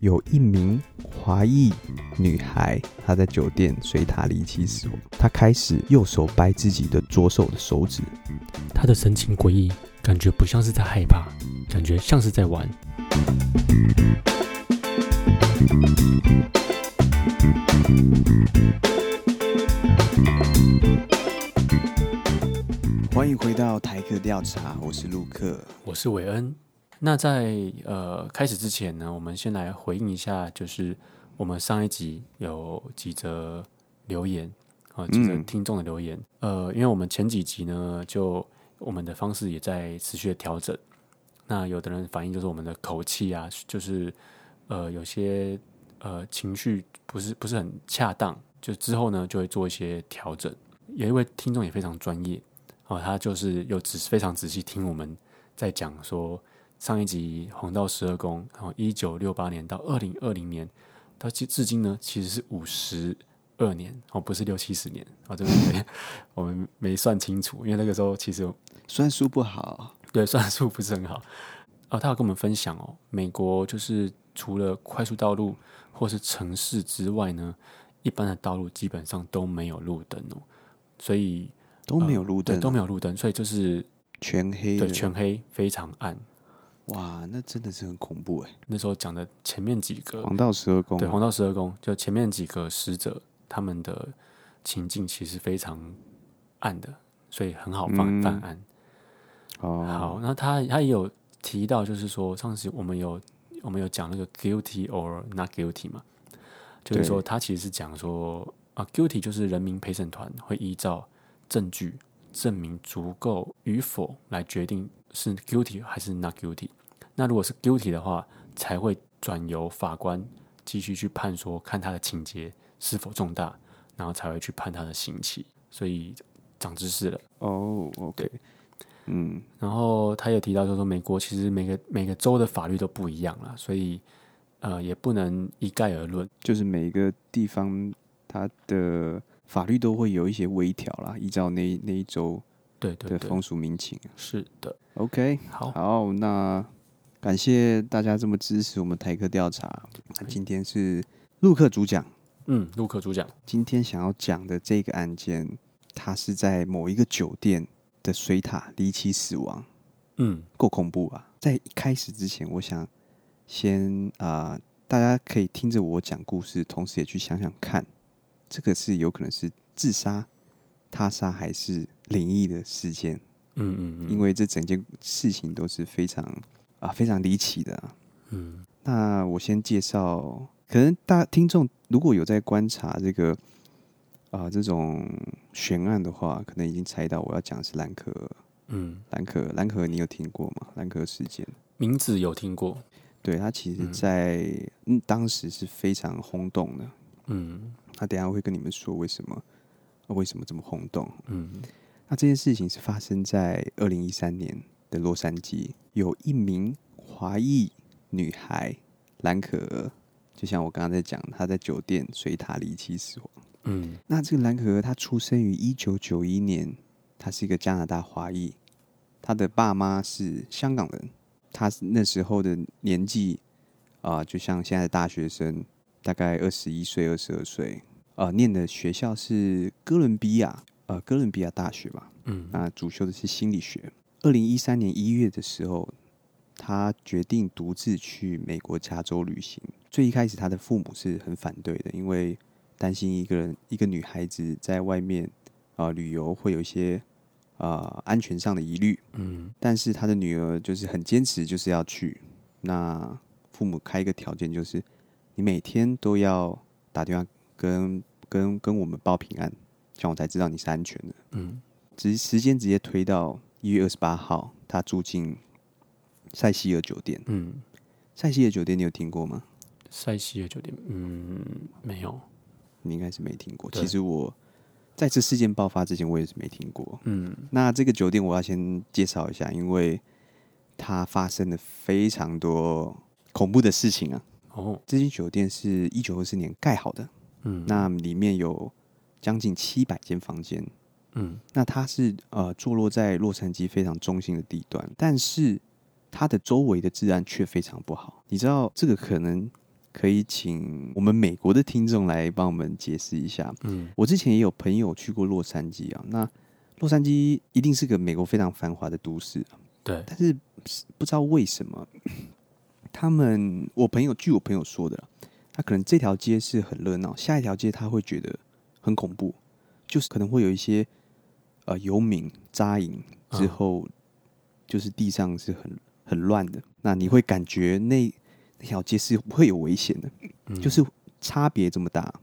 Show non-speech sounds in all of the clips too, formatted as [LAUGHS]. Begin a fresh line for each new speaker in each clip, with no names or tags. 有一名华裔女孩，她在酒店随塔离奇死亡。她开始右手掰自己的左手的手指。
他的神情诡异，感觉不像是在害怕，感觉像是在玩。
欢迎回到台客调查，我是陆克。
我是韦恩。那在呃开始之前呢，我们先来回应一下，就是我们上一集有几则留言啊、呃几则
嗯
听众的留言。呃，因为我们前几集呢，就我们的方式也在持续的调整。那有的人反映就是我们的口气啊，就是呃有些呃情绪不是不是很恰当，就之后呢就会做一些调整。有一位听众也非常专业哦，他就是有仔非常仔细听我们在讲说上一集红到十二宫，然后一九六八年到二零二零年到至至今呢，其实是五十二年哦，不是六七十年哦，这个没 [LAUGHS] 我们没算清楚，因为那个时候其实有
算数不好，
对， [LAUGHS] 算术不是很好。哦，他有跟我们分享哦，美国就是除了快速道路或是城市之外呢，一般的道路基本上都没有路灯哦，所以
都没有路灯、
对都没有路灯，所以就是
全黑的
对。全黑，非常暗。
哇，那真的是很恐怖哎！
那时候讲的前面几个
黄道十二宫
对，，黄道十二宫就前面几个使者他们的情境其实非常暗的，所以很好
嗯
犯犯案。
哦，
好，那他他也有提到，就是说上次我们有我们有讲那个 guilty or not guilty 嘛，就是说他其实是讲说啊 guilty 就是人民陪审团会依照证据证明足够与否来决定是 guilty 还是 not guilty。那如果是 guilty 的话，才会转由法官继续去判说看他的情节是否重大，然后才会去判他的刑期。所以长知识了。
哦，OK，嗯，
然后他也提到，就是说美国其实每个每个州的法律都不一样啦，所以呃也不能一概而论。
就是每一个地方它的法律都会有一些微调啦，依照那那一周
对对
的
对，
风俗民情。啊
是的。
OK，
好，
好，那感谢大家这么支持我们台客调查。那今天是陆克主讲，
嗯，陆克主讲，
今天想要讲的这个案件，它是在某一个酒店的水塔离奇死亡，
嗯，
够恐怖啊！在一开始之前，我想先啊、呃大家可以听着我讲故事，同时也去想想看，这个是有可能是自杀、他杀还是灵异的事件。
嗯嗯
因为这整件事情都是非常啊非常离奇的、啊。
嗯
那我先介绍，可能大听众如果有在观察这个啊、这种悬案的话，可能已经猜到我要讲的是兰可儿
嗯，
兰可儿兰可儿你有听过吗？兰可儿事件，
名字有听过，
对它其实在嗯当时是非常轰动的。
嗯
那等一下我会跟你们说为什么为什么这么轰动。
嗯
那这件事情是发生在二零一三年的洛杉矶，有一名华裔女孩兰可儿，就像我刚刚在讲，她在酒店随塔离奇死亡。
嗯
那这个兰可儿，她出生于一九九一年，她是一个加拿大华裔，她的爸妈是香港人，她那时候的年纪啊、就像现在的大学生，大概二十一岁、二十二岁，啊，念的学校是哥伦比亚，呃，哥伦比亚大学吧，
嗯
那啊主修的是心理学。二零一三年一月的时候，他决定独自去美国加州旅行。最一开始，他的父母是很反对的，因为担心一个人一个女孩子在外面啊、呃旅游会有一些啊、呃安全上的疑虑。
嗯
但是他的女儿就是很坚持，就是要去。那父母开一个条件，就是你每天都要打电话跟跟跟我们报平安，这样我才知道你是安全的。
嗯
直时间直接推到一月二十八号，他住进塞西尔酒店。
嗯，
塞西尔酒店你有听过吗？
塞西尔酒店，嗯，没有，
你应该是没听过。
对
其实我在这事件爆发之前，我也是没听过。
嗯
那这个酒店我要先介绍一下，因为它发生了非常多恐怖的事情啊。
哦，
这间酒店是一九二四年盖好的，
嗯
那里面有将近七百间房间，
嗯
那它是呃坐落在洛杉矶非常中心的地段，但是它的周围的治安却非常不好。你知道这个可能可以请我们美国的听众来帮我们解释一下。
嗯
我之前也有朋友去过洛杉矶啊，那洛杉矶一定是个美国非常繁华的都市啊，
对，
但是不知道为什么，他们我朋友据我朋友说的啦，他可能这条街是很热闹，下一条街他会觉得很恐怖，就是可能会有一些呃游民扎营之
嗯
后，就是地上是很很乱的，那你会感觉那那条街是会有危险的。
嗯
就是差别这么大。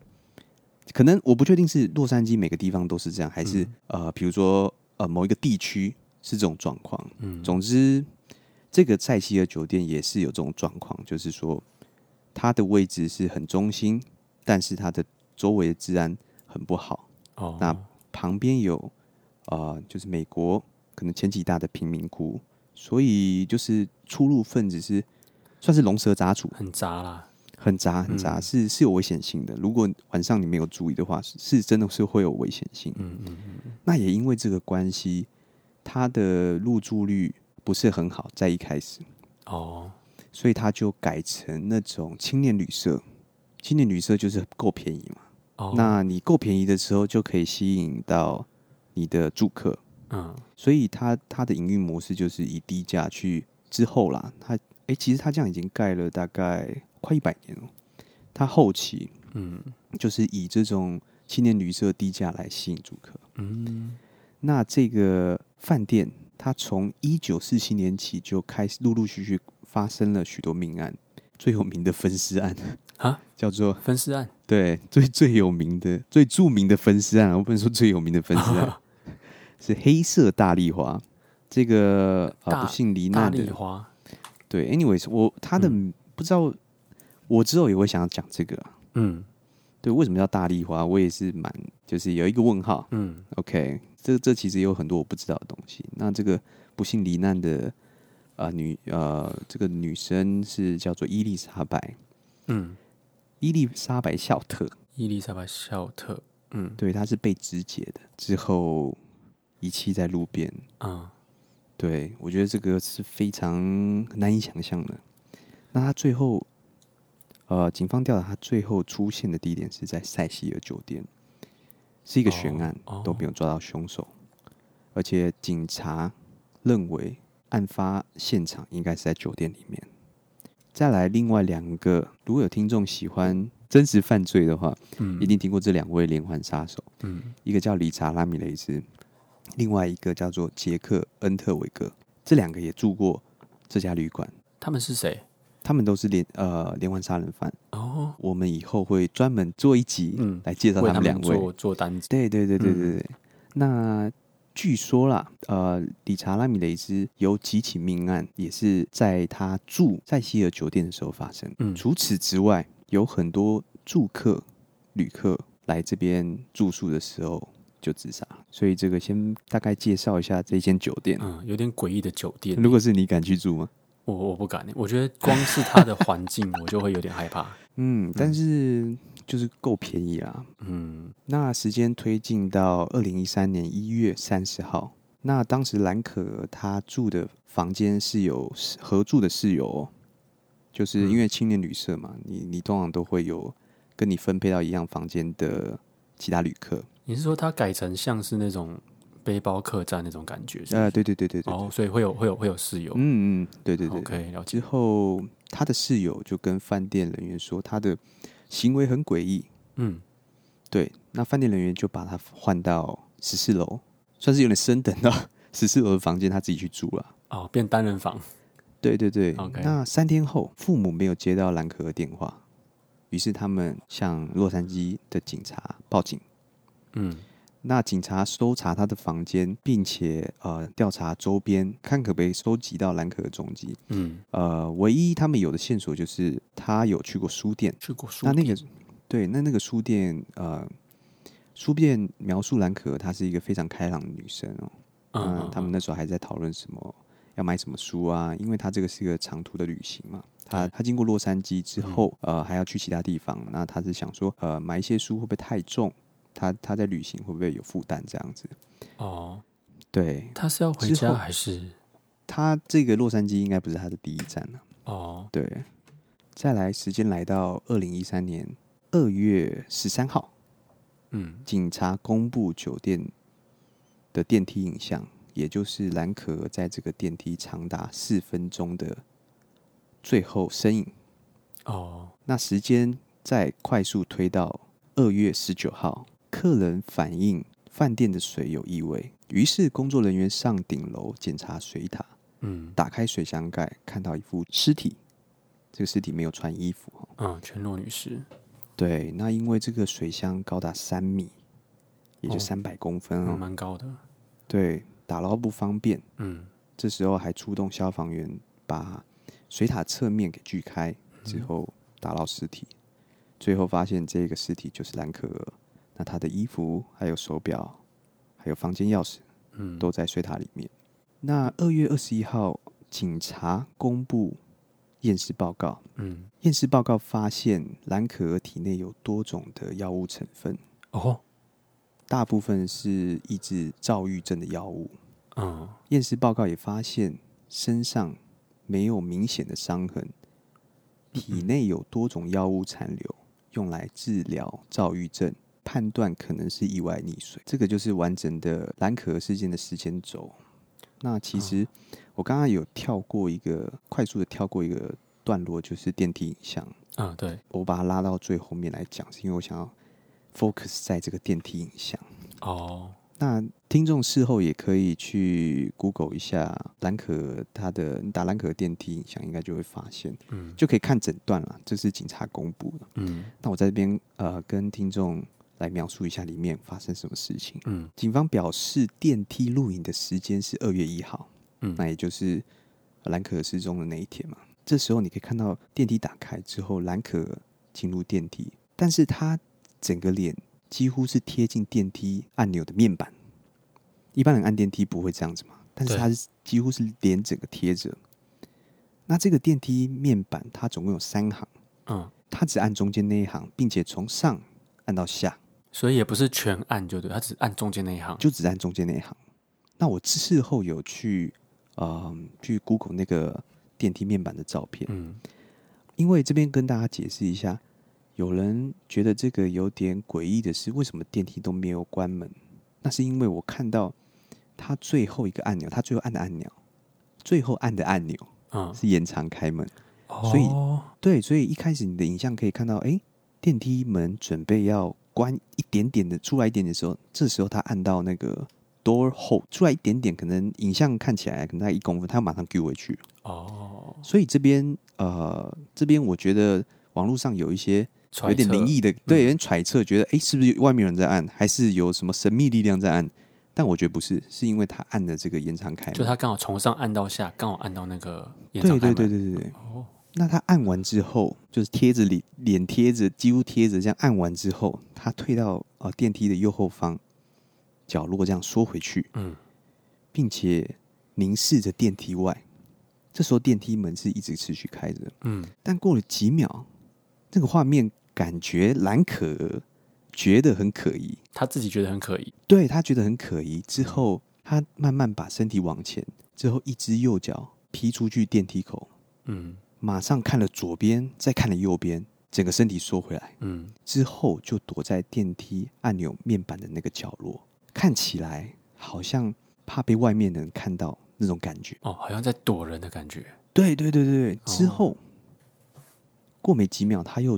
可能我不确定是洛杉矶每个地方都是这样，还是、呃，比如说呃某一个地区是这种状况。
嗯
总之，这个塞西尔酒店也是有这种状况，就是说它的位置是很中心，但是它的周围的治安很不好，
哦
那旁边有呃就是美国可能前几大的贫民窟，所以就是出入分子是算是龙蛇杂处，
很杂啦，
很杂很杂，
嗯
是是有危险性的。如果晚上你没有注意的话，是是真的是会有危险性。
嗯嗯嗯，
那也因为这个关系，它的入住率不是很好，在一开始，
哦，
所以它就改成那种青年旅社。青年旅社就是够便宜嘛，
哦，
那你够便宜的时候，就可以吸引到你的住客。
嗯
所以它它的营运模式就是以低价去之后啦，它诶，其实它这样已经盖了大概快一百年了。它后期
嗯
就是以这种青年旅社低价来吸引住客。
嗯，
那这个饭店，它从一九四七年起就开始陆陆续续发生了许多命案，最有名的分尸案
啊，
[LAUGHS] 叫做
分尸案，
对最最有名的、最著名的分尸案啊，我不能说最有名的分尸
[LAUGHS]
案，是黑色大丽花这个啊、呃
大
不幸罹
大
难
丽嗯
的
花，
对，anyways，我他的、不知道，我之后也会想要讲这个啊、
嗯
对，为什么叫大丽花？我也是蛮就是有一个问号。
嗯
OK，这这其实也有很多我不知道的东西。那这个不幸罹难的啊、呃女呃这个女生是叫做伊丽莎白，
嗯，
伊丽莎白孝特，
伊丽莎白·肖特，嗯
对，她是被肢解的，之后遗弃在路边。
啊
对我觉得这个是非常难以想象的。那她最后呃，警方调查她最后出现的地点是在塞西尔酒店，是一个悬案。
哦，
都没有抓到凶手，而且警察认为案发现场应该是在酒店里面。再来，另外两个，如果有听众喜欢真实犯罪的话，
嗯
一定听过这两位连环杀手，
嗯
一个叫理查·拉米雷斯，另外一个叫做杰克·恩特维格，这两个也住过这家旅馆，
他们是谁？
他们都是连呃连环杀人犯。
哦，
我们以后会专门做一集
嗯
来介绍
为
他们两位，
做嗯做单子，
对对对对对对。那据说啦，呃，理查拉米雷斯有几起命案也是在他住塞西尔酒店的时候发生。
嗯
除此之外，有很多住客、旅客来这边住宿的时候就自杀了。所以这个先大概介绍一下这间酒店。
嗯，有点诡异的酒店，
如果是你敢去住吗？
我我不敢，我觉得光是它的环境，我就会有点害怕。
嗯，但是就是够便宜啦。
嗯
那时间推进到二零一三年一月三十号，那当时兰可她住的房间是有合住的室友、哦，就是因为青年旅社嘛，你你通常都会有跟你分配到一样房间的其他旅客。
你是说它改成像是那种背包客栈那种感觉？是吗
呃，对对对对对，
哦，所以会有会有会有室友。
嗯嗯，对对对。
OK，了解。
之后她的室友就跟饭店人员说，她的行为很诡异，
嗯
对，那饭店人员就把他换到十四楼，算是有点升等到 [LAUGHS] 十四楼的房间，他自己去住了。
哦，变单人房，
对对对
OK
那三天后，父母没有接到兰可的电话，于是他们向洛杉矶的警察报警。
嗯
那警察搜查他的房间，并且呃调查周边，看可不可以收集到兰可的踪迹。
嗯，
呃，唯一他们有的线索就是他有去过书店，
去过书
那那
店
个对，那那个书店呃，书店描述兰可儿她是一个非常开朗的女生哦。
嗯
那
嗯
他们那时候还在讨论什么要买什么书啊，因为她这个是一个长途的旅行嘛。她她经过洛杉矶之
嗯
后，呃，还要去其他地方，那她是想说，呃，买一些书会不会太重？她她在旅行会不会有负担这样子？
哦，
对，
他是要回
之
家
后
还是
她这个洛杉矶应该不是她的第一站了、
哦？
啊对，再来，时间来到二零一三年二月十三号，
嗯
警察公布酒店的电梯影像，也就是兰可儿在这个电梯长达四分钟的最后身影。
哦
那时间再快速推到二月十九号，客人反映饭店的水有异味，于是工作人员上顶楼检查水塔，
嗯
打开水箱盖，看到一副尸体。这个尸体没有穿衣服哦
嗯，全裸女士，
对，那因为这个水箱高达三米，也就
哦
三百公分哦
嗯，蛮高的，
对，打捞不方便，
嗯
这时候还出动消防员把水塔侧面给锯开，之后打捞尸体，最后发现这个尸体就是兰可儿。那她的衣服、还有手表、还有房间钥匙
嗯，
都在水塔里面。那二月二十一号，警察公布验尸报告，
嗯
验尸报告发现兰可儿体内有多种的药物成分，
哦
大部分是抑制躁郁症的药物。
嗯
验尸报告也发现身上没有明显的伤痕，体内有多种药物残留，用来治疗躁郁症，判断可能是意外溺水。这个就是完整的蓝可儿事件的时间轴。那其实我刚刚有跳过一个快速的跳过一个段落，就是电梯影像。
嗯对
我把它拉到最后面来讲，是因为我想要 focus 在这个电梯影像。
哦
那听众事后也可以去 Google 一下兰可他的你打兰可电梯影像，应该就会发现，
嗯
就可以看诊断了。这是警察公布的。
嗯
那我在这边呃跟听众来描述一下里面发生什么事情。
嗯
警方表示，电梯录影的时间是二月一号，
嗯
那也就是兰可失踪的那一天嘛。这时候你可以看到电梯打开之后，兰可进入电梯，但是她整个脸几乎是贴近电梯按钮的面板。一般人按电梯不会这样子嘛，但是
对
她是几乎是脸整个贴着。那这个电梯面板它总共有三行，
嗯，
她只按中间那一行，并且从上按到下。
所以也不是全按就对，他只按中间那一行，
就只按中间那一行。那我事后有去，嗯，去 Google 那个电梯面板的照片，
嗯
因为这边跟大家解释一下，有人觉得这个有点诡异的是，为什么电梯都没有关门？那是因为我看到它最后一个按钮，它最后按的按钮，最后按的按钮
嗯，
是延长开门。所以
哦
对，所以一开始你的影像可以看到，诶，电梯门准备要关一点点的，出来一点点的时候，这时候他按到那个 door hold 出来一点点，可能影像看起来可能大概一公分，他马上丢回去。
哦，
所以这边呃，这边我觉得网络上有一些
揣
有点
测嗯
灵异的，对，有点揣测，觉得诶，是不是外面有人在按，还是有什么神秘力量在按？但我觉得不是，是因为他按的这个延长开门
就，他刚好从上按到下，刚好按到那个延
对
长
对
开
对
门。
对对对。
哦，
那他按完之后，就是贴着脸，脸贴着，几乎贴着这样按完之后，他退到呃电梯的右后方角落，这样缩回去，
嗯
并且凝视着电梯外。这时候电梯门是一直持续开着，
嗯
但过了几秒，这个画面感觉蓝可儿觉得很可疑，
他自己觉得很可疑。
对他觉得很可疑。之后他慢慢把身体往前，之后一只右脚劈出去电梯口，
嗯
马上看了左边，再看了右边，整个身体缩回来
嗯
之后，就躲在电梯按钮面板的那个角落，看起来好像怕被外面的人看到那种感觉。
哦，好像在躲人的感觉。
对对对对对，之后、过没几秒，他又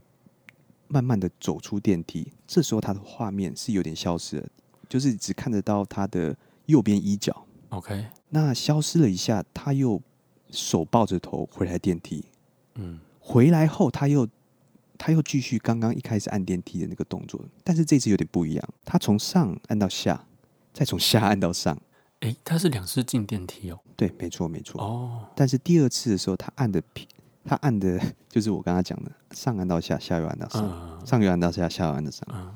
慢慢的走出电梯，这时候他的画面是有点消失了，就是只看得到他的右边衣角。
OK，
那消失了一下，他又手抱着头回来电梯，
嗯
回来后，他又他又继续刚刚一开始按电梯的那个动作，但是这次有点不一样，他从上按到下，再从下按到上。
诶，他是两次进电梯哦。
对，没错，没错。
哦，
但是第二次的时候，他按的平，他按的 [LAUGHS] 就是我刚刚讲的，上按到下，下又按到上，
嗯
上又按到下，下又按到上。
嗯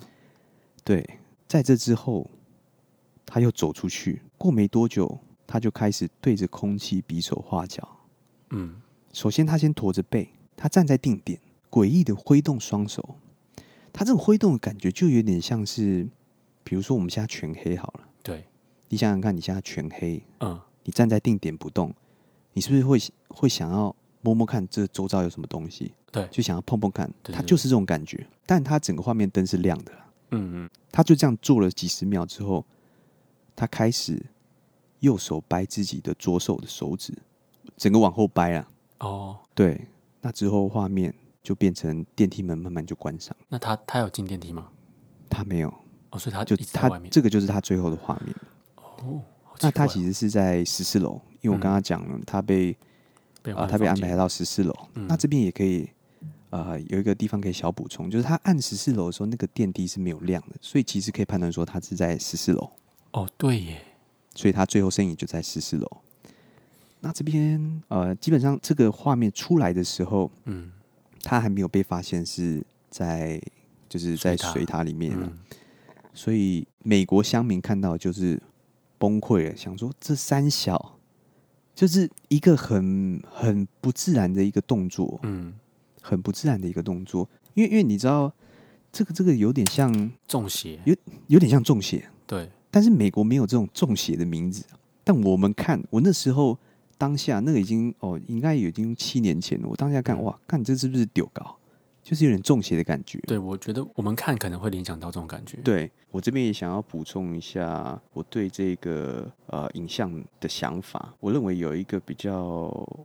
对，在这之后，他又走出去。过没多久，他就开始对着空气比手画脚。
嗯
首先，他先驼着背，他站在定点，诡异的挥动双手。他这种挥动的感觉就有点像是，比如说我们现在全黑好了，
对，
你想想看，你现在全黑，
嗯
你站在定点不动，你是不是会会想要摸摸看这周遭有什么东西，
对
就想要碰碰看，
对对
它
对
就是这种感觉。但它整个画面灯是亮的啦，
嗯嗯，
他就这样做了几十秒之后，他开始右手掰自己的左手的手指，整个往后掰啊。
哦，
对，那之后画面就变成电梯门慢慢就关上，
那他他有进电梯吗？
他没有，
哦，所以他
就
一直在
他
外面。
这个就是他最后的画面。
哦，好奇
那他
怪
其
哦嗯
实是在十四楼，因为我刚刚讲了，他被
被
啊、
换
他被
房
安
间
排到十四楼。
嗯
那这边也可以，呃，有一个地方可以小补充，就是他按十四楼的时候，那个电梯是没有亮的，所以其实可以判断说他是在十四楼。
哦，对耶，
所以他最后身影就在十四楼。那这边呃，基本上这个画面出来的时候，
嗯
他还没有被发现是在就是在
水塔
水塔里面啊、
嗯，
所以美国乡民看到就是崩溃了，想说这三小就是一个很很不自然的一个动作，
嗯，
很不自然的一个动作，因为因为你知道这个这个有点像
中邪，
有点像中邪，
对，
但是美国没有这种中邪的名字。但我们看，我那时候当下那个已经哦，应该已经七年前了。我当下看，
嗯
哇，看这是不是丢高？就是有点中邪的感觉。
对我觉得我们看可能会联想到这种感觉。，
对我这边也想要补充一下我对这个呃影像的想法。我认为有一个比较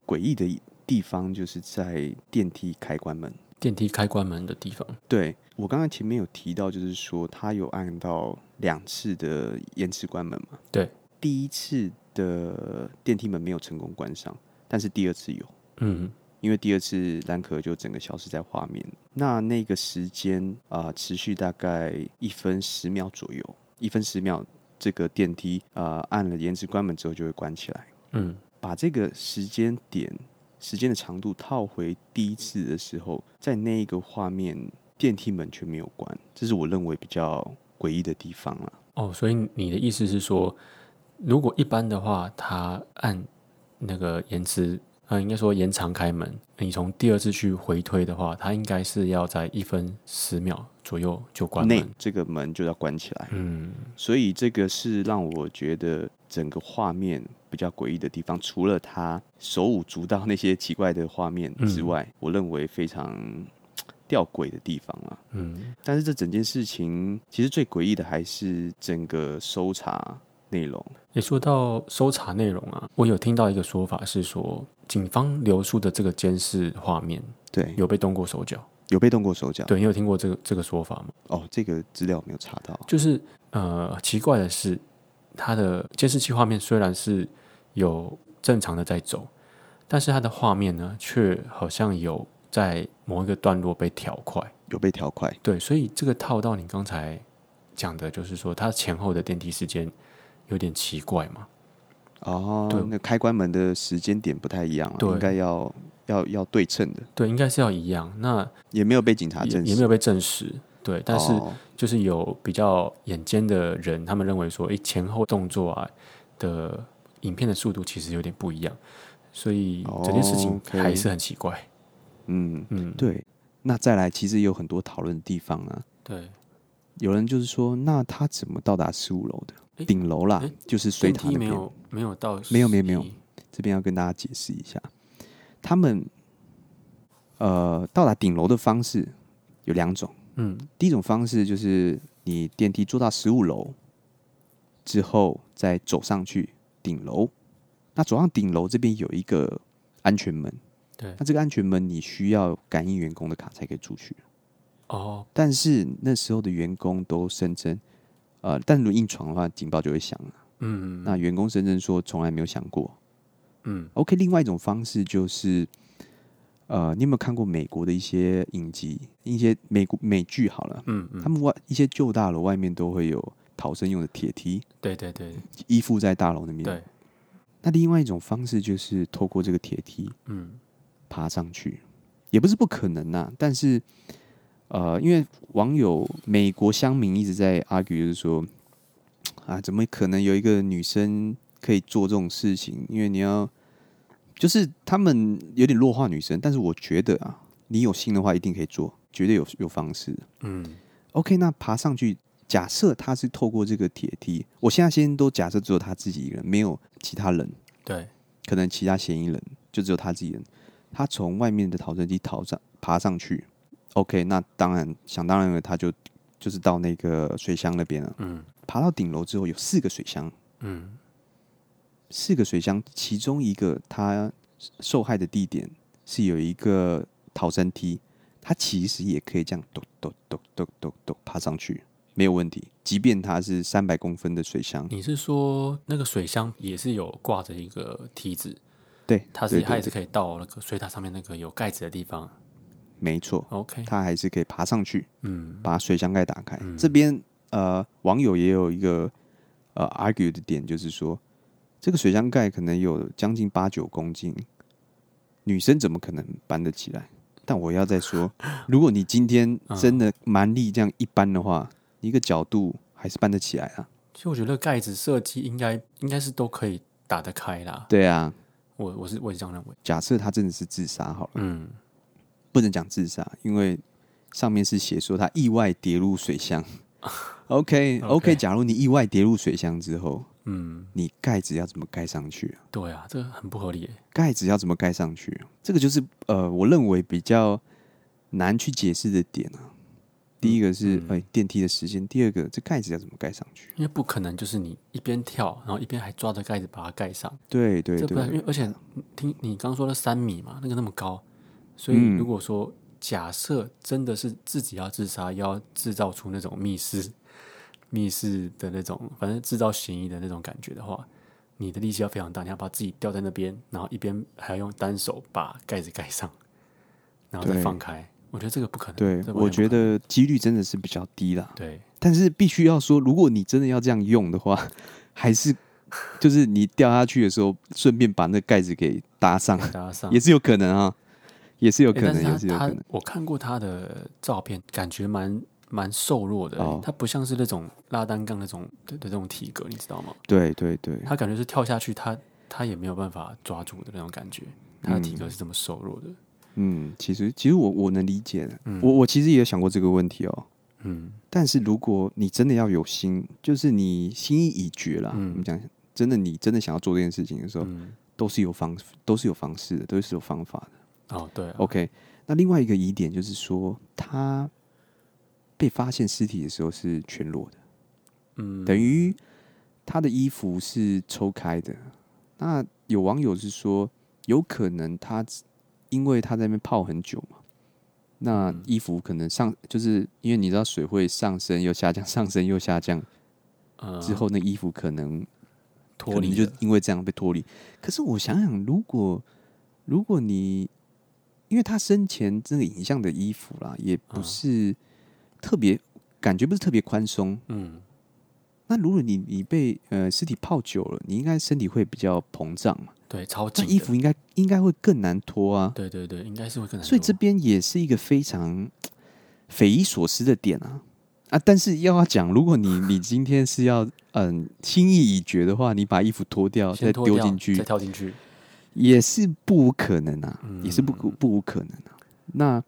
诡异的地方，就是在电梯开关门。
电梯开关门的地方，
对我刚刚前面有提到，就是说他有按到两次的延迟关门嘛？
对，
第一次的电梯门没有成功关上，但是第二次有，
嗯，
因为第二次蓝可儿就整个消失在画面。那那个时间啊、持续大概一分十秒左右，一分十秒，这个电梯啊、按了延迟关门之后就会关起来。
嗯，
把这个时间点、时间的长度套回第一次的时候，在那一个画面，电梯门却没有关，这是我认为比较诡异的地方啊了。
哦，所以你的意思是说，如果一般的话，他按那个延迟，呃，应该说延长开门，你从第二次去回推的话，它应该是要在一分十秒左右就关
内
门。
这个门就要关起来，
嗯，
所以这个是让我觉得整个画面比较诡异的地方。除了他手舞足蹈那些奇怪的画面之
嗯
外，我认为非常吊诡的地方啊。
嗯，
但是这整件事情其实最诡异的还是整个搜查内容。
也说到搜查内容啊，我有听到一个说法是说，警方流出的这个监视画面
对，
有被动过手脚。
有被动过手脚。
对，你有听过这个这个说法吗？
哦，这个资料没有查到。
就是呃，奇怪的是，它的监视器画面虽然是有正常的在走，但是它的画面呢，却好像有在某一个段落被调快。
有被调快，
对，所以这个套到你刚才讲的，就是说它前后的电梯时间有点奇怪嘛。
哦，
对
那开关门的时间点不太一样啊，
对
应该要要要对称的，
对，应该是要一样。那
也没有被警察
也
证
也没
实。
有被证实。对，但是
哦
就是有比较眼尖的人，他们认为说，诶，前后动作啊的影片的速度其实有点不一样，所以
哦
整件事情
OK
还是很奇怪。
嗯，
嗯，
对。那再来，其实有很多讨论的地方啊。
对，
有人就是说，那他怎么到达十五楼的
诶
顶楼啦
诶？
就是水
电
塔
梯
那
没
边。
有没有到
没有没有没有
11
这边要跟大家解释一下，他们呃到达顶楼的方式有两种。
嗯
第一种方式就是你电梯坐到十五楼之后，再走上去顶楼。那走上顶楼这边有一个安全门，
对
那这个安全门你需要感应员工的卡才可以出去。
哦
但是那时候的员工都声称，呃，但如果硬闯的话，警报就会响了。
嗯
那员工声称说从来没有想过。
嗯
OK，另外一种方式就是，呃，你有没有看过美国的一些影集、一些美国美剧？好了，
嗯嗯，
他们外一些旧大楼外面都会有逃生用的铁梯
对对对
依附在大楼那边。
对，
那另外一种方式就是透过这个铁梯
嗯
爬上去，也不是不可能呐、啊但是，呃，因为网友美国乡民一直在 argue，就是说，啊，怎么可能有一个女生可以做这种事情？因为你要，就是他们有点弱化女生，但是我觉得啊，你有心的话，一定可以做，绝对有有方式的。
嗯
OK，那爬上去，假设他是透过这个铁梯，我现在先都假设只有他自己一个人，没有其他人，
对，
可能其他嫌疑人就只有他自己人。他从外面的逃生机逃上爬上去，OK，那当然想当然了，他就就是到那个水箱那边了。
嗯
爬到顶楼之后有四个水箱，
嗯
四个水箱，其中一个他受害的地点是有一个逃生梯，他其实也可以这样咚咚咚咚咚咚爬上去，没有问题。即便它是三百公分的水箱，
你是说那个水箱也是有挂着一个梯子，
对，
它是
对
它也
对
是
对，
可以到那个水塔上面那个有盖子的地方。
没错，
OK，
它还是可以爬上去，
嗯
把水箱盖打开。这边呃，网友也有一个呃 argue 的点，就是说这个水箱盖可能有将近八九公斤，女生怎么可能搬得起来？但我要再说，如果你今天真的蛮力这样一搬的话，一个角度还是搬得起来啊。
其实我觉得盖子设计应该应该是都可以打得开啦。
对啊，
我我是我也这样认为。
假设他真的是自杀好了，
嗯，
不能讲自杀，因为上面是写说他意外跌入水箱。OK
OK
OK，假如你意外跌入水箱之后，
嗯，
你盖子要怎么盖上去啊？
对啊，这个很不合理耶。
盖子要怎么盖上去？啊这个就是呃，我认为比较难去解释的点啊。第一个
嗯
是哎、电梯的时间，第二个这盖子要怎么盖上去？
因为不可能就是你一边跳，然后一边还抓着盖子把它盖上，
对对
这不然因
对，
为而且听你刚说的三米嘛，那个那么高，所以
嗯
如果说假设真的是自己要自杀，要制造出那种密室密室的那种，反正制造嫌疑的那种感觉的话，你的力气要非常大，你要把自己吊在那边，然后一边还要用单手把盖子盖上，然后再
对
放开。我觉得这个不可能。
对
这完全
我觉
不可能
得几率真的是比较低啦。
对，
但是必须要说，如果你真的要这样用的话，还是就是你掉下去的时候，顺便把那盖子给搭上，
大家上
也是有可能啊，也是有可
欸
能，也
但
是
是
有
他
可
他
能。
我看过他的照片，感觉蛮蛮瘦弱的、
哦
他不像是那种拉单杠那种的的这种体格，你知道吗？
对对对，
他感觉是跳下去，他他也没有办法抓住的那种感觉，他的体格是这么瘦弱的。
嗯，其实其实我我能理解的，我我其实也有想过这个问题哦。
嗯
但是如果你真的要有心，就是你心意已决啦，
嗯
我们讲真的，你真的想要做这件事情的时候，
嗯，
都是有方都是有方式的，都是有方法的。
哦对啊、
OK，那另外一个疑点就是说，他被发现尸体的时候是全裸的，
嗯，
等于他的衣服是抽开的。那有网友是说，有可能他只因为他在那边泡很久嘛，那
嗯
衣服可能上，就是因为你知道水会上升又下降，上升又下降
呃
之后，那衣服可能
脱离
可能
了
就因为这样被脱离。可是我想想，如果如果你因为他生前这个影像的衣服啦，也不
嗯
是特别、感觉不是特别宽松，
嗯
那如果你你被呃尸体泡久了，你应该身体会比较膨胀嘛，
对超
那
紧的
衣服应该应该会更难脱啊。
对对对，应该是会更难
所以
做
这边也是一个非常匪夷所思的点啊啊！但是要要讲，如果你你今天是要嗯心意已决的话，你把衣服脱掉
先
再
脱
丢
掉
进去
再，跳进去。
也是不无可能啊，
嗯
也是不可不无可能啊。那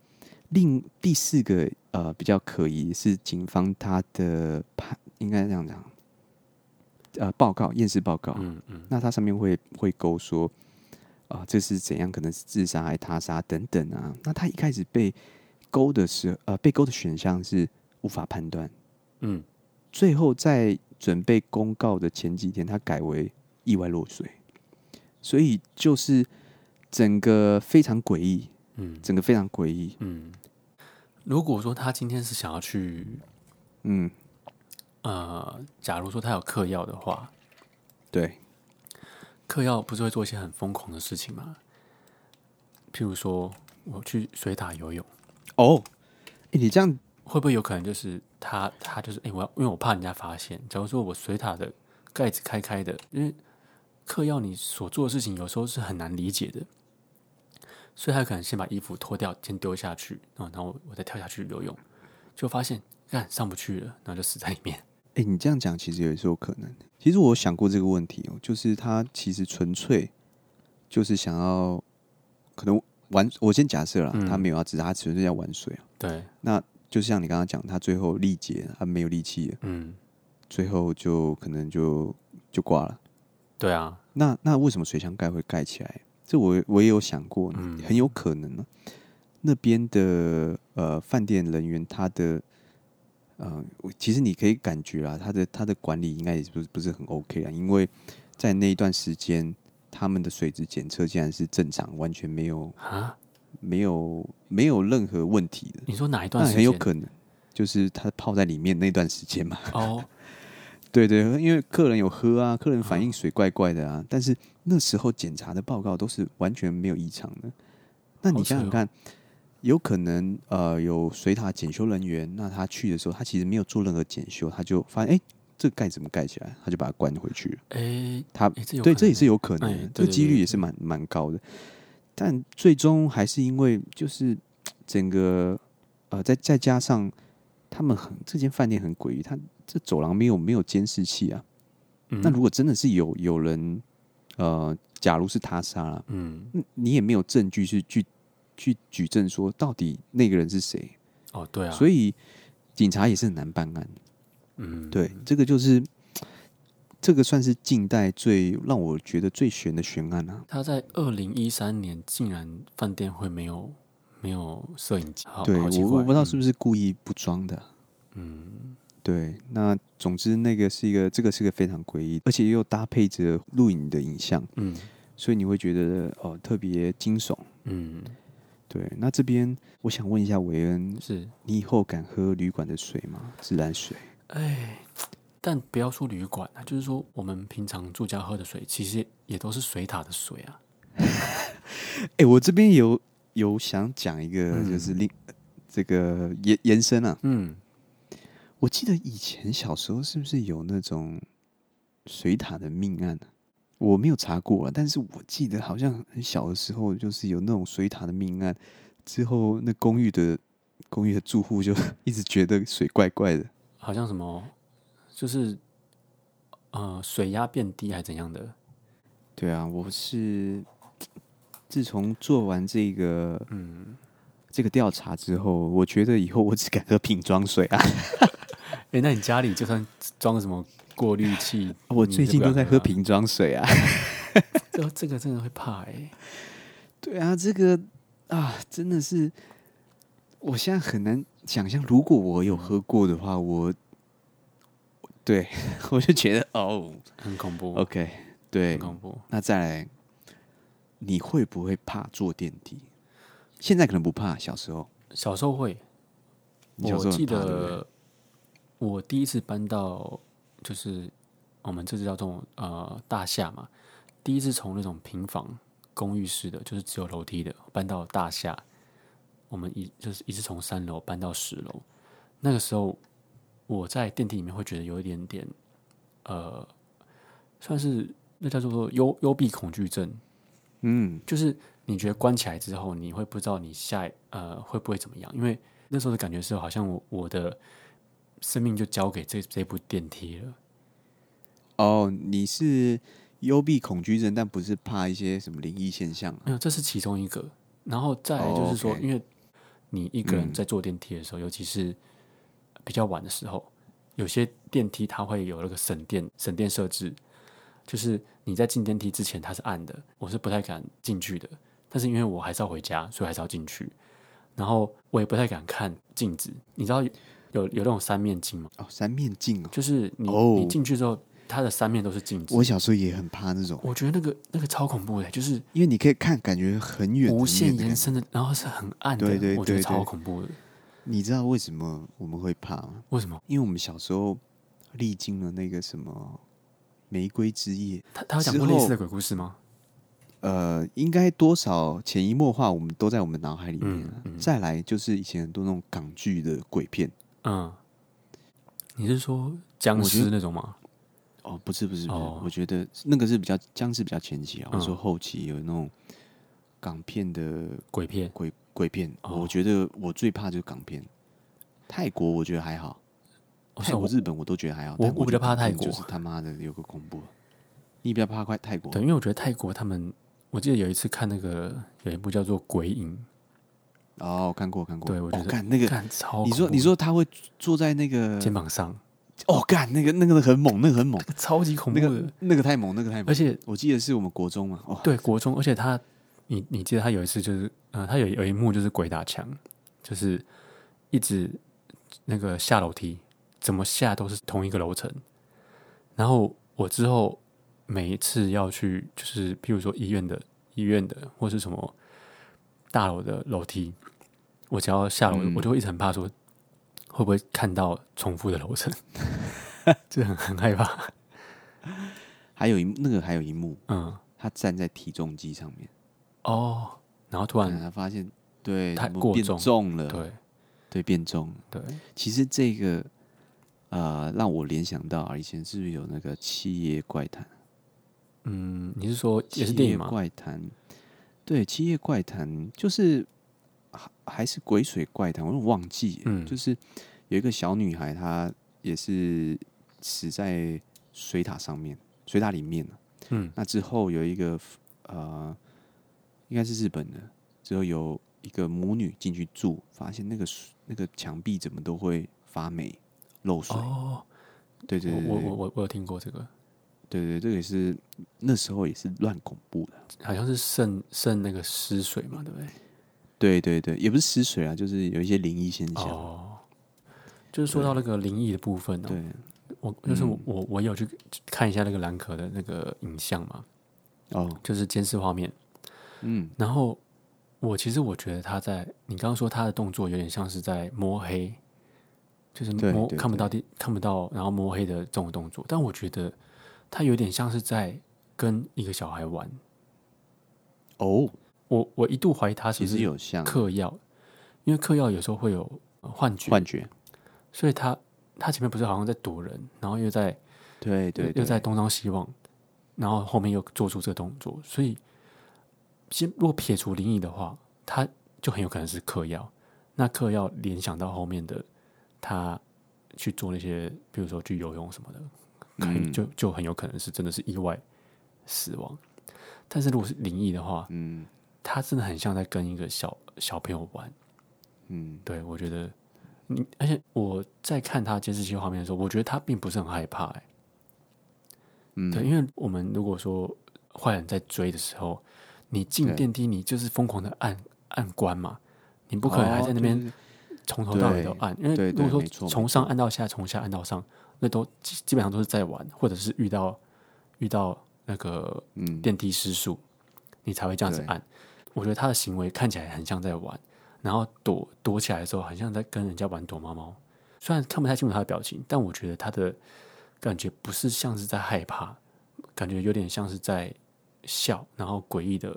另第四个呃比较可疑是警方他的判，应该这样讲，呃报告验尸报告，
嗯嗯
那它上面会会勾说啊、这是怎样？可能是自杀、还他杀等等啊。那他一开始被勾的时，呃，被勾的选项是无法判断。
嗯，
最后在准备公告的前几天，他改为意外落水，所以就是整个非常诡异，
嗯
整个非常诡异。
嗯。如果说他今天是想要去
嗯，
呃，假如说他有嗑药的话，
对，
嗑药不是会做一些很疯狂的事情吗？譬如说，我去水塔游泳，
哦，诶你这样
会不会有可能就是他他就是哎、诶我要因为我怕人家发现。假如说我水塔的盖子开开的，因为嗑药你所做的事情有时候是很难理解的，所以他可能先把衣服脱掉，先丢下去，哦然后然后我我再跳下去游泳，就发现干上不去了，然后就死在里面。
哎、你这样讲其实也是有可能的。其实我有想过这个问题哦，就是他其实纯粹就是想要可能玩。我先假设啦，
嗯
他没有要自杀，他纯粹要玩水啊。
对，
那就像你刚刚讲，他最后力竭，他没有力气了，
嗯，
最后就可能就就挂了。
对啊，
那那为什么水箱盖会盖起来？这我我也有想过，
嗯
很有可能呢、那边的呃饭店人员他的呃，我其实你可以感觉啊，他的他的管理应该也不是不是很 OK 啊，因为在那一段时间，他们的水质检测竟然是正常，完全没有
啊？
没有没有任何问题的，
你说哪
那
一段时间？
很有可能就是他泡在里面那段时间嘛。
哦，
对对，因为客人有喝啊，客人反映水怪怪的啊，但是那时候检查的报告都是完全没有异常的。那你
好扯
想想
哦
看，有可能呃有水塔检修人员，那他去的时候，他其实没有做任何检修，他就发现哎、诶这盖怎么盖起来，他就把它关回去了。
哎、
他
哎这有
对，
可
这也
能
是有可能
哎
的，这
对对
几率
对
也是蛮蛮高的。但最终还是因为就是整个呃，再再加上他们很这间饭店很诡异，他这走廊没有没有监视器啊。
嗯
那如果真的是有有人呃，假如是他杀了，
嗯，
嗯你也没有证据去去去举证说到底那个人是谁，
哦，对啊，
所
以
以警察也是很难办案。
嗯，
对，这个就是这个算是近代最让我觉得最悬的悬案啊。
他在二零一三年竟然饭店会没有没有摄影机，好
对
好奇
我
怪
我不知道是不是故意不装的啊、
嗯
对，那总之那个是一个这个是个非常诡异，而且又搭配着录影的影像，
嗯
所以你会觉得哦、呃特别惊悚。
嗯嗯，
对，那这边我想问一下韦恩，
是
你以后敢喝旅馆的水吗？自来水？
哎，但不要说旅馆啊，就是说我们平常住家喝的水，其实也都是水塔的水啊。
哎、我这边有有想讲一个，
嗯
就是另、这个延延伸啊，
嗯，
我记得以前小时候是不是有那种水塔的命案、啊、我没有查过啊，但是我记得好像很小的时候就是有那种水塔的命案，之后那公寓的公寓的住户就 [LAUGHS] 一直觉得水怪怪的。
好像什么就是呃水压变低还是怎样的？
对啊，我是自从做完这个
嗯，
这个调查之后，我觉得以后我只敢喝瓶装水啊。，
哎、那你家里就算装什么过滤器
[LAUGHS] 我
你
最
是
近
不
都
敢
在喝
啊，
瓶装水啊。
这这个真的会怕哎、
对啊，这个啊，真的是，我现在很难想象，如果我有喝过的话，我，对 [LAUGHS] 我就觉得哦
很恐怖，
，OK，
很
对，
恐怖。
那再来，你会不会怕坐电梯？现在可能不怕，小时候，
小时候会，
你小时
我
候
记
很怕对不对？
得我第一次搬到就是我们这是叫这种呃大厦嘛，第一次从那种平房公寓式的，就是只有楼梯的，搬到大厦。我们一就是一直从三楼搬到十楼，那个时候我在电梯里面会觉得有一点点呃，算是那叫做幽幽闭恐惧症，
嗯，
就是你觉得关起来之后，你会不知道你下一呃会不会怎么样，因为那时候的感觉是好像我我的生命就交给这这部电梯了。
哦，你是幽闭恐惧症，但不是怕一些什么灵异现象啊、
没有，这是其中一个。然后再来就是说，
哦，OK
因为你一个人
嗯
在坐电梯的时候，尤其是比较晚的时候，有些电梯它会有那个省电省电设置，就是你在进电梯之前它是暗的，我是不太敢进去的。但是因为我还是要回家，所以还是要进去。然后我也不太敢看镜子，你知道有有有那种三面镜吗？
哦，三面镜哦，
就是你、
哦
你进去之后，它的三面都是镜子。
我小时候也很怕那种。
我觉得那个那个超恐怖的，就是
因为你可以看，感觉很远，
无
很
限
远的
延
感觉。
伸的，然后是很暗的，
对对
我觉得
对
超
对
恐怖的。
你知道为什么我们会怕吗？
为什么？
因为我们小时候历经了那个什么玫瑰之夜，
他他有讲
之
过类似
后
的鬼故事吗？
呃，应该多少潜移默化，我们都在我们脑海里面、啊
嗯嗯
再来就是以前很多那种港剧的鬼片，
嗯，你是说僵
我觉得
尸那种吗？
哦，不是不是不是，
哦
我觉得那个是比较僵尸比较前期啊，
嗯
我说后期有那种港片的
鬼片？
鬼鬼片、
哦
我觉得我最怕就是港片，泰国我觉得还好。
我
泰
说
国、
我
日哦本我都觉得还好，
我
但
我比
觉得
较怕泰
港片
国
就是他妈的有个恐怖。你比较怕快泰国？
对，因为我觉得泰国他们，我记得有一次看那个有一部叫做《鬼影
哦，看过看过。
对我觉
哦
得
干、那》，个，
看超
你
恐
说
怖
你
的
说他会坐在那个
肩膀
[LAUGHS]
上
哦，干那个那个很猛，那个很猛，
超级恐怖
那
的，
个那个太猛，那个太猛。
而且
我记得是我们国中嘛，哦，
对国中，而且他你你记得他有一次就是，呃，他有有一幕就是鬼打墙，就是一直那个下楼梯，怎么下都是同一个楼层。然后我之后每一次要去，就是譬如说医院的医院的或是什么大楼的楼梯，我只要下楼，
嗯
我就会一直很怕说会不会看到重复的楼层， [LAUGHS] 这很很害怕。
还有一幕那个还有一幕，
嗯，
他站在体重机上面，
哦，然后突
然
然
他发现对
太
怎么
过
变
重
重了，
对
对变重了。
对，
其实这个呃，让我联想到啊，以前是不是有那个《七夜怪谈》？
嗯，你是说
《
也是
七
电
夜
影吗？
怪谈》对，《七夜怪谈》就是还还是鬼水怪谈，我有点忘记了。
嗯
就是有一个小女孩，她也是死在水塔上面，水塔里面了
嗯
那之后有一个呃，应该是日本的，之后有一个母女进去住，发现那个水那个墙壁怎么都会发霉漏水。
哦，
对对对对
我我我我我有听过这个，
对对，这个也是那时候也是乱恐怖的。
好像是渗渗那个湿水嘛，对不对？
对对对，也不是失水啊，就是有一些灵异现象。
哦，就是说到那个灵异的部分呢、哦
对，嗯
我就是我我我有去看一下那个兰可的那个影像嘛，
哦，
就是监视画面，
嗯，
然后我其实我觉得他在你刚刚说他的动作有点像是在摸黑，就是
对
摸
对
看不到地看不到，然后摸黑的这种动作，但我觉得他有点像是在跟一个小孩玩。
哦，
我我一度怀疑他是
其
不
实
是
有像
嗑药，因为嗑药有时候会有呃幻觉，
幻觉，
所以他他前面不是好像在躲人，然后又在
对对
又
对，
在东张西望，然后后面又做出这个动作，所以先如果撇除灵异的话，他就很有可能是嗑药。那嗑药联想到后面的他去做那些，比如说去游泳什么的，可能
嗯
就就很有可能是真的是意外死亡。但是如果是灵异的话，
嗯
他真的很像在跟一个小小朋友玩。
嗯，
对，我觉得你，而且我在看他监视器画面的时候，我觉得他并不是很害怕、欸，
嗯
对，因为我们如果说坏人在追的时候，你进
对
电梯，你就是疯狂的按按关嘛，你不可能还在那
哦
边
对对对
从头到尾都按，因为
对
如
对
果
没
说
错
从上按到下，从下按到上，那都基基本上都是在玩，或者是遇到遇到那个
嗯
电梯失速，你才会这样子
对
按。我觉得他的行为看起来很像在玩，然后躲躲起来的时候，很像在跟人家玩躲猫猫。虽然看不太清楚他的表情，但我觉得他的感觉不是像是在害怕，感觉有点像是在笑，然后诡异的，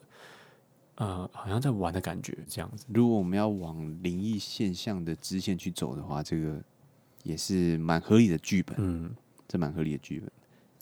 呃，好像在玩的感觉这样子。
如果我们要往灵异现象的支线去走的话，这个也是蛮合理的剧本，
嗯，
这蛮合理的剧本。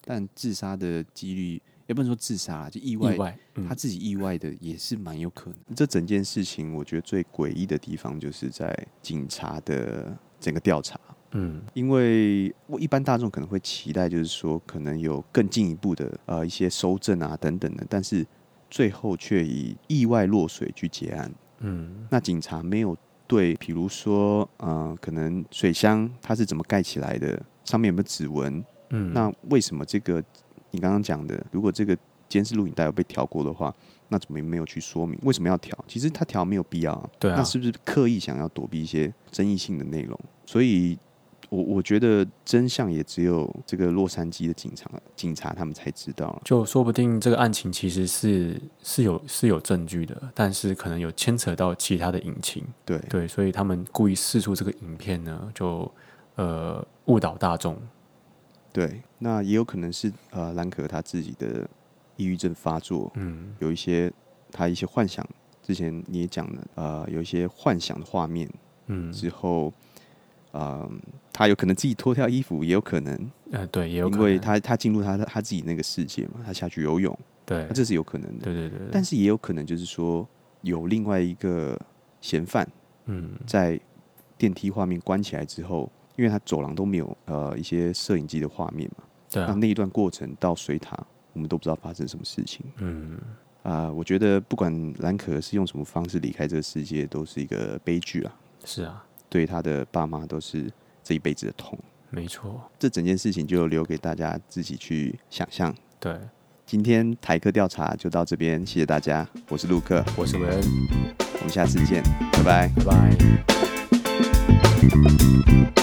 但自杀的几率，也不能说自杀啦，就意外
意外，嗯
他，自己意外的也是蛮有可能。这整件事情，我觉得最诡异的地方就是在警察的整个调查，
嗯，
因为我一般大众可能会期待，就是说可能有更进一步的呃一些搜证啊等等的，但是最后却以意外落水去结案。
嗯，
那警察没有对，比如说呃，可能水箱它是怎么盖起来的，上面有没有指纹，
嗯，
那为什么这个你刚刚讲的，如果这个监视录影带有被调过的话，那怎么没有去说明为什么要调？其实他调没有必要、啊，
对啊
那是不是刻意想要躲避一些争议性的内容？所以我我觉得真相也只有这个洛杉矶的警察警察他们才知道啊了。
就说不定这个案情其实是是有是有证据的，但是可能有牵扯到其他的隐情，
对，
对，所以他们故意试出这个影片呢，就呃误导大众，
对，那也有可能是呃兰可他自己的抑郁症发作，
嗯
有一些他一些幻想，之前你也讲了，呃，有一些幻想的画面，
嗯
之后，嗯、他有可能自己脱掉衣服，也有可能，
呃对，也有可
因
能，
为他他进入他的他自己那个世界嘛，他下去游泳，
对
那这是有可能的。
对对对，
但
是
是也有可能就是说，有另外一个嫌犯
嗯
在电梯画面关起来之后，因为他走廊都没有呃一些摄影机的画面嘛，
对
那
啊，
那一段过程到水塔，我们都不知道发生什么事情。
嗯
啊、我觉得不管兰可是用什么方式离开这个世界，都是一个悲剧啊，
是啊，
对他的爸妈都是这一辈子的痛。
没错，
这整件事情就留给大家自己去想象。
对，
今天台客调查就到这边，谢谢大家，我是陆克，
我是韦恩，
我们下次见，拜拜。
拜拜。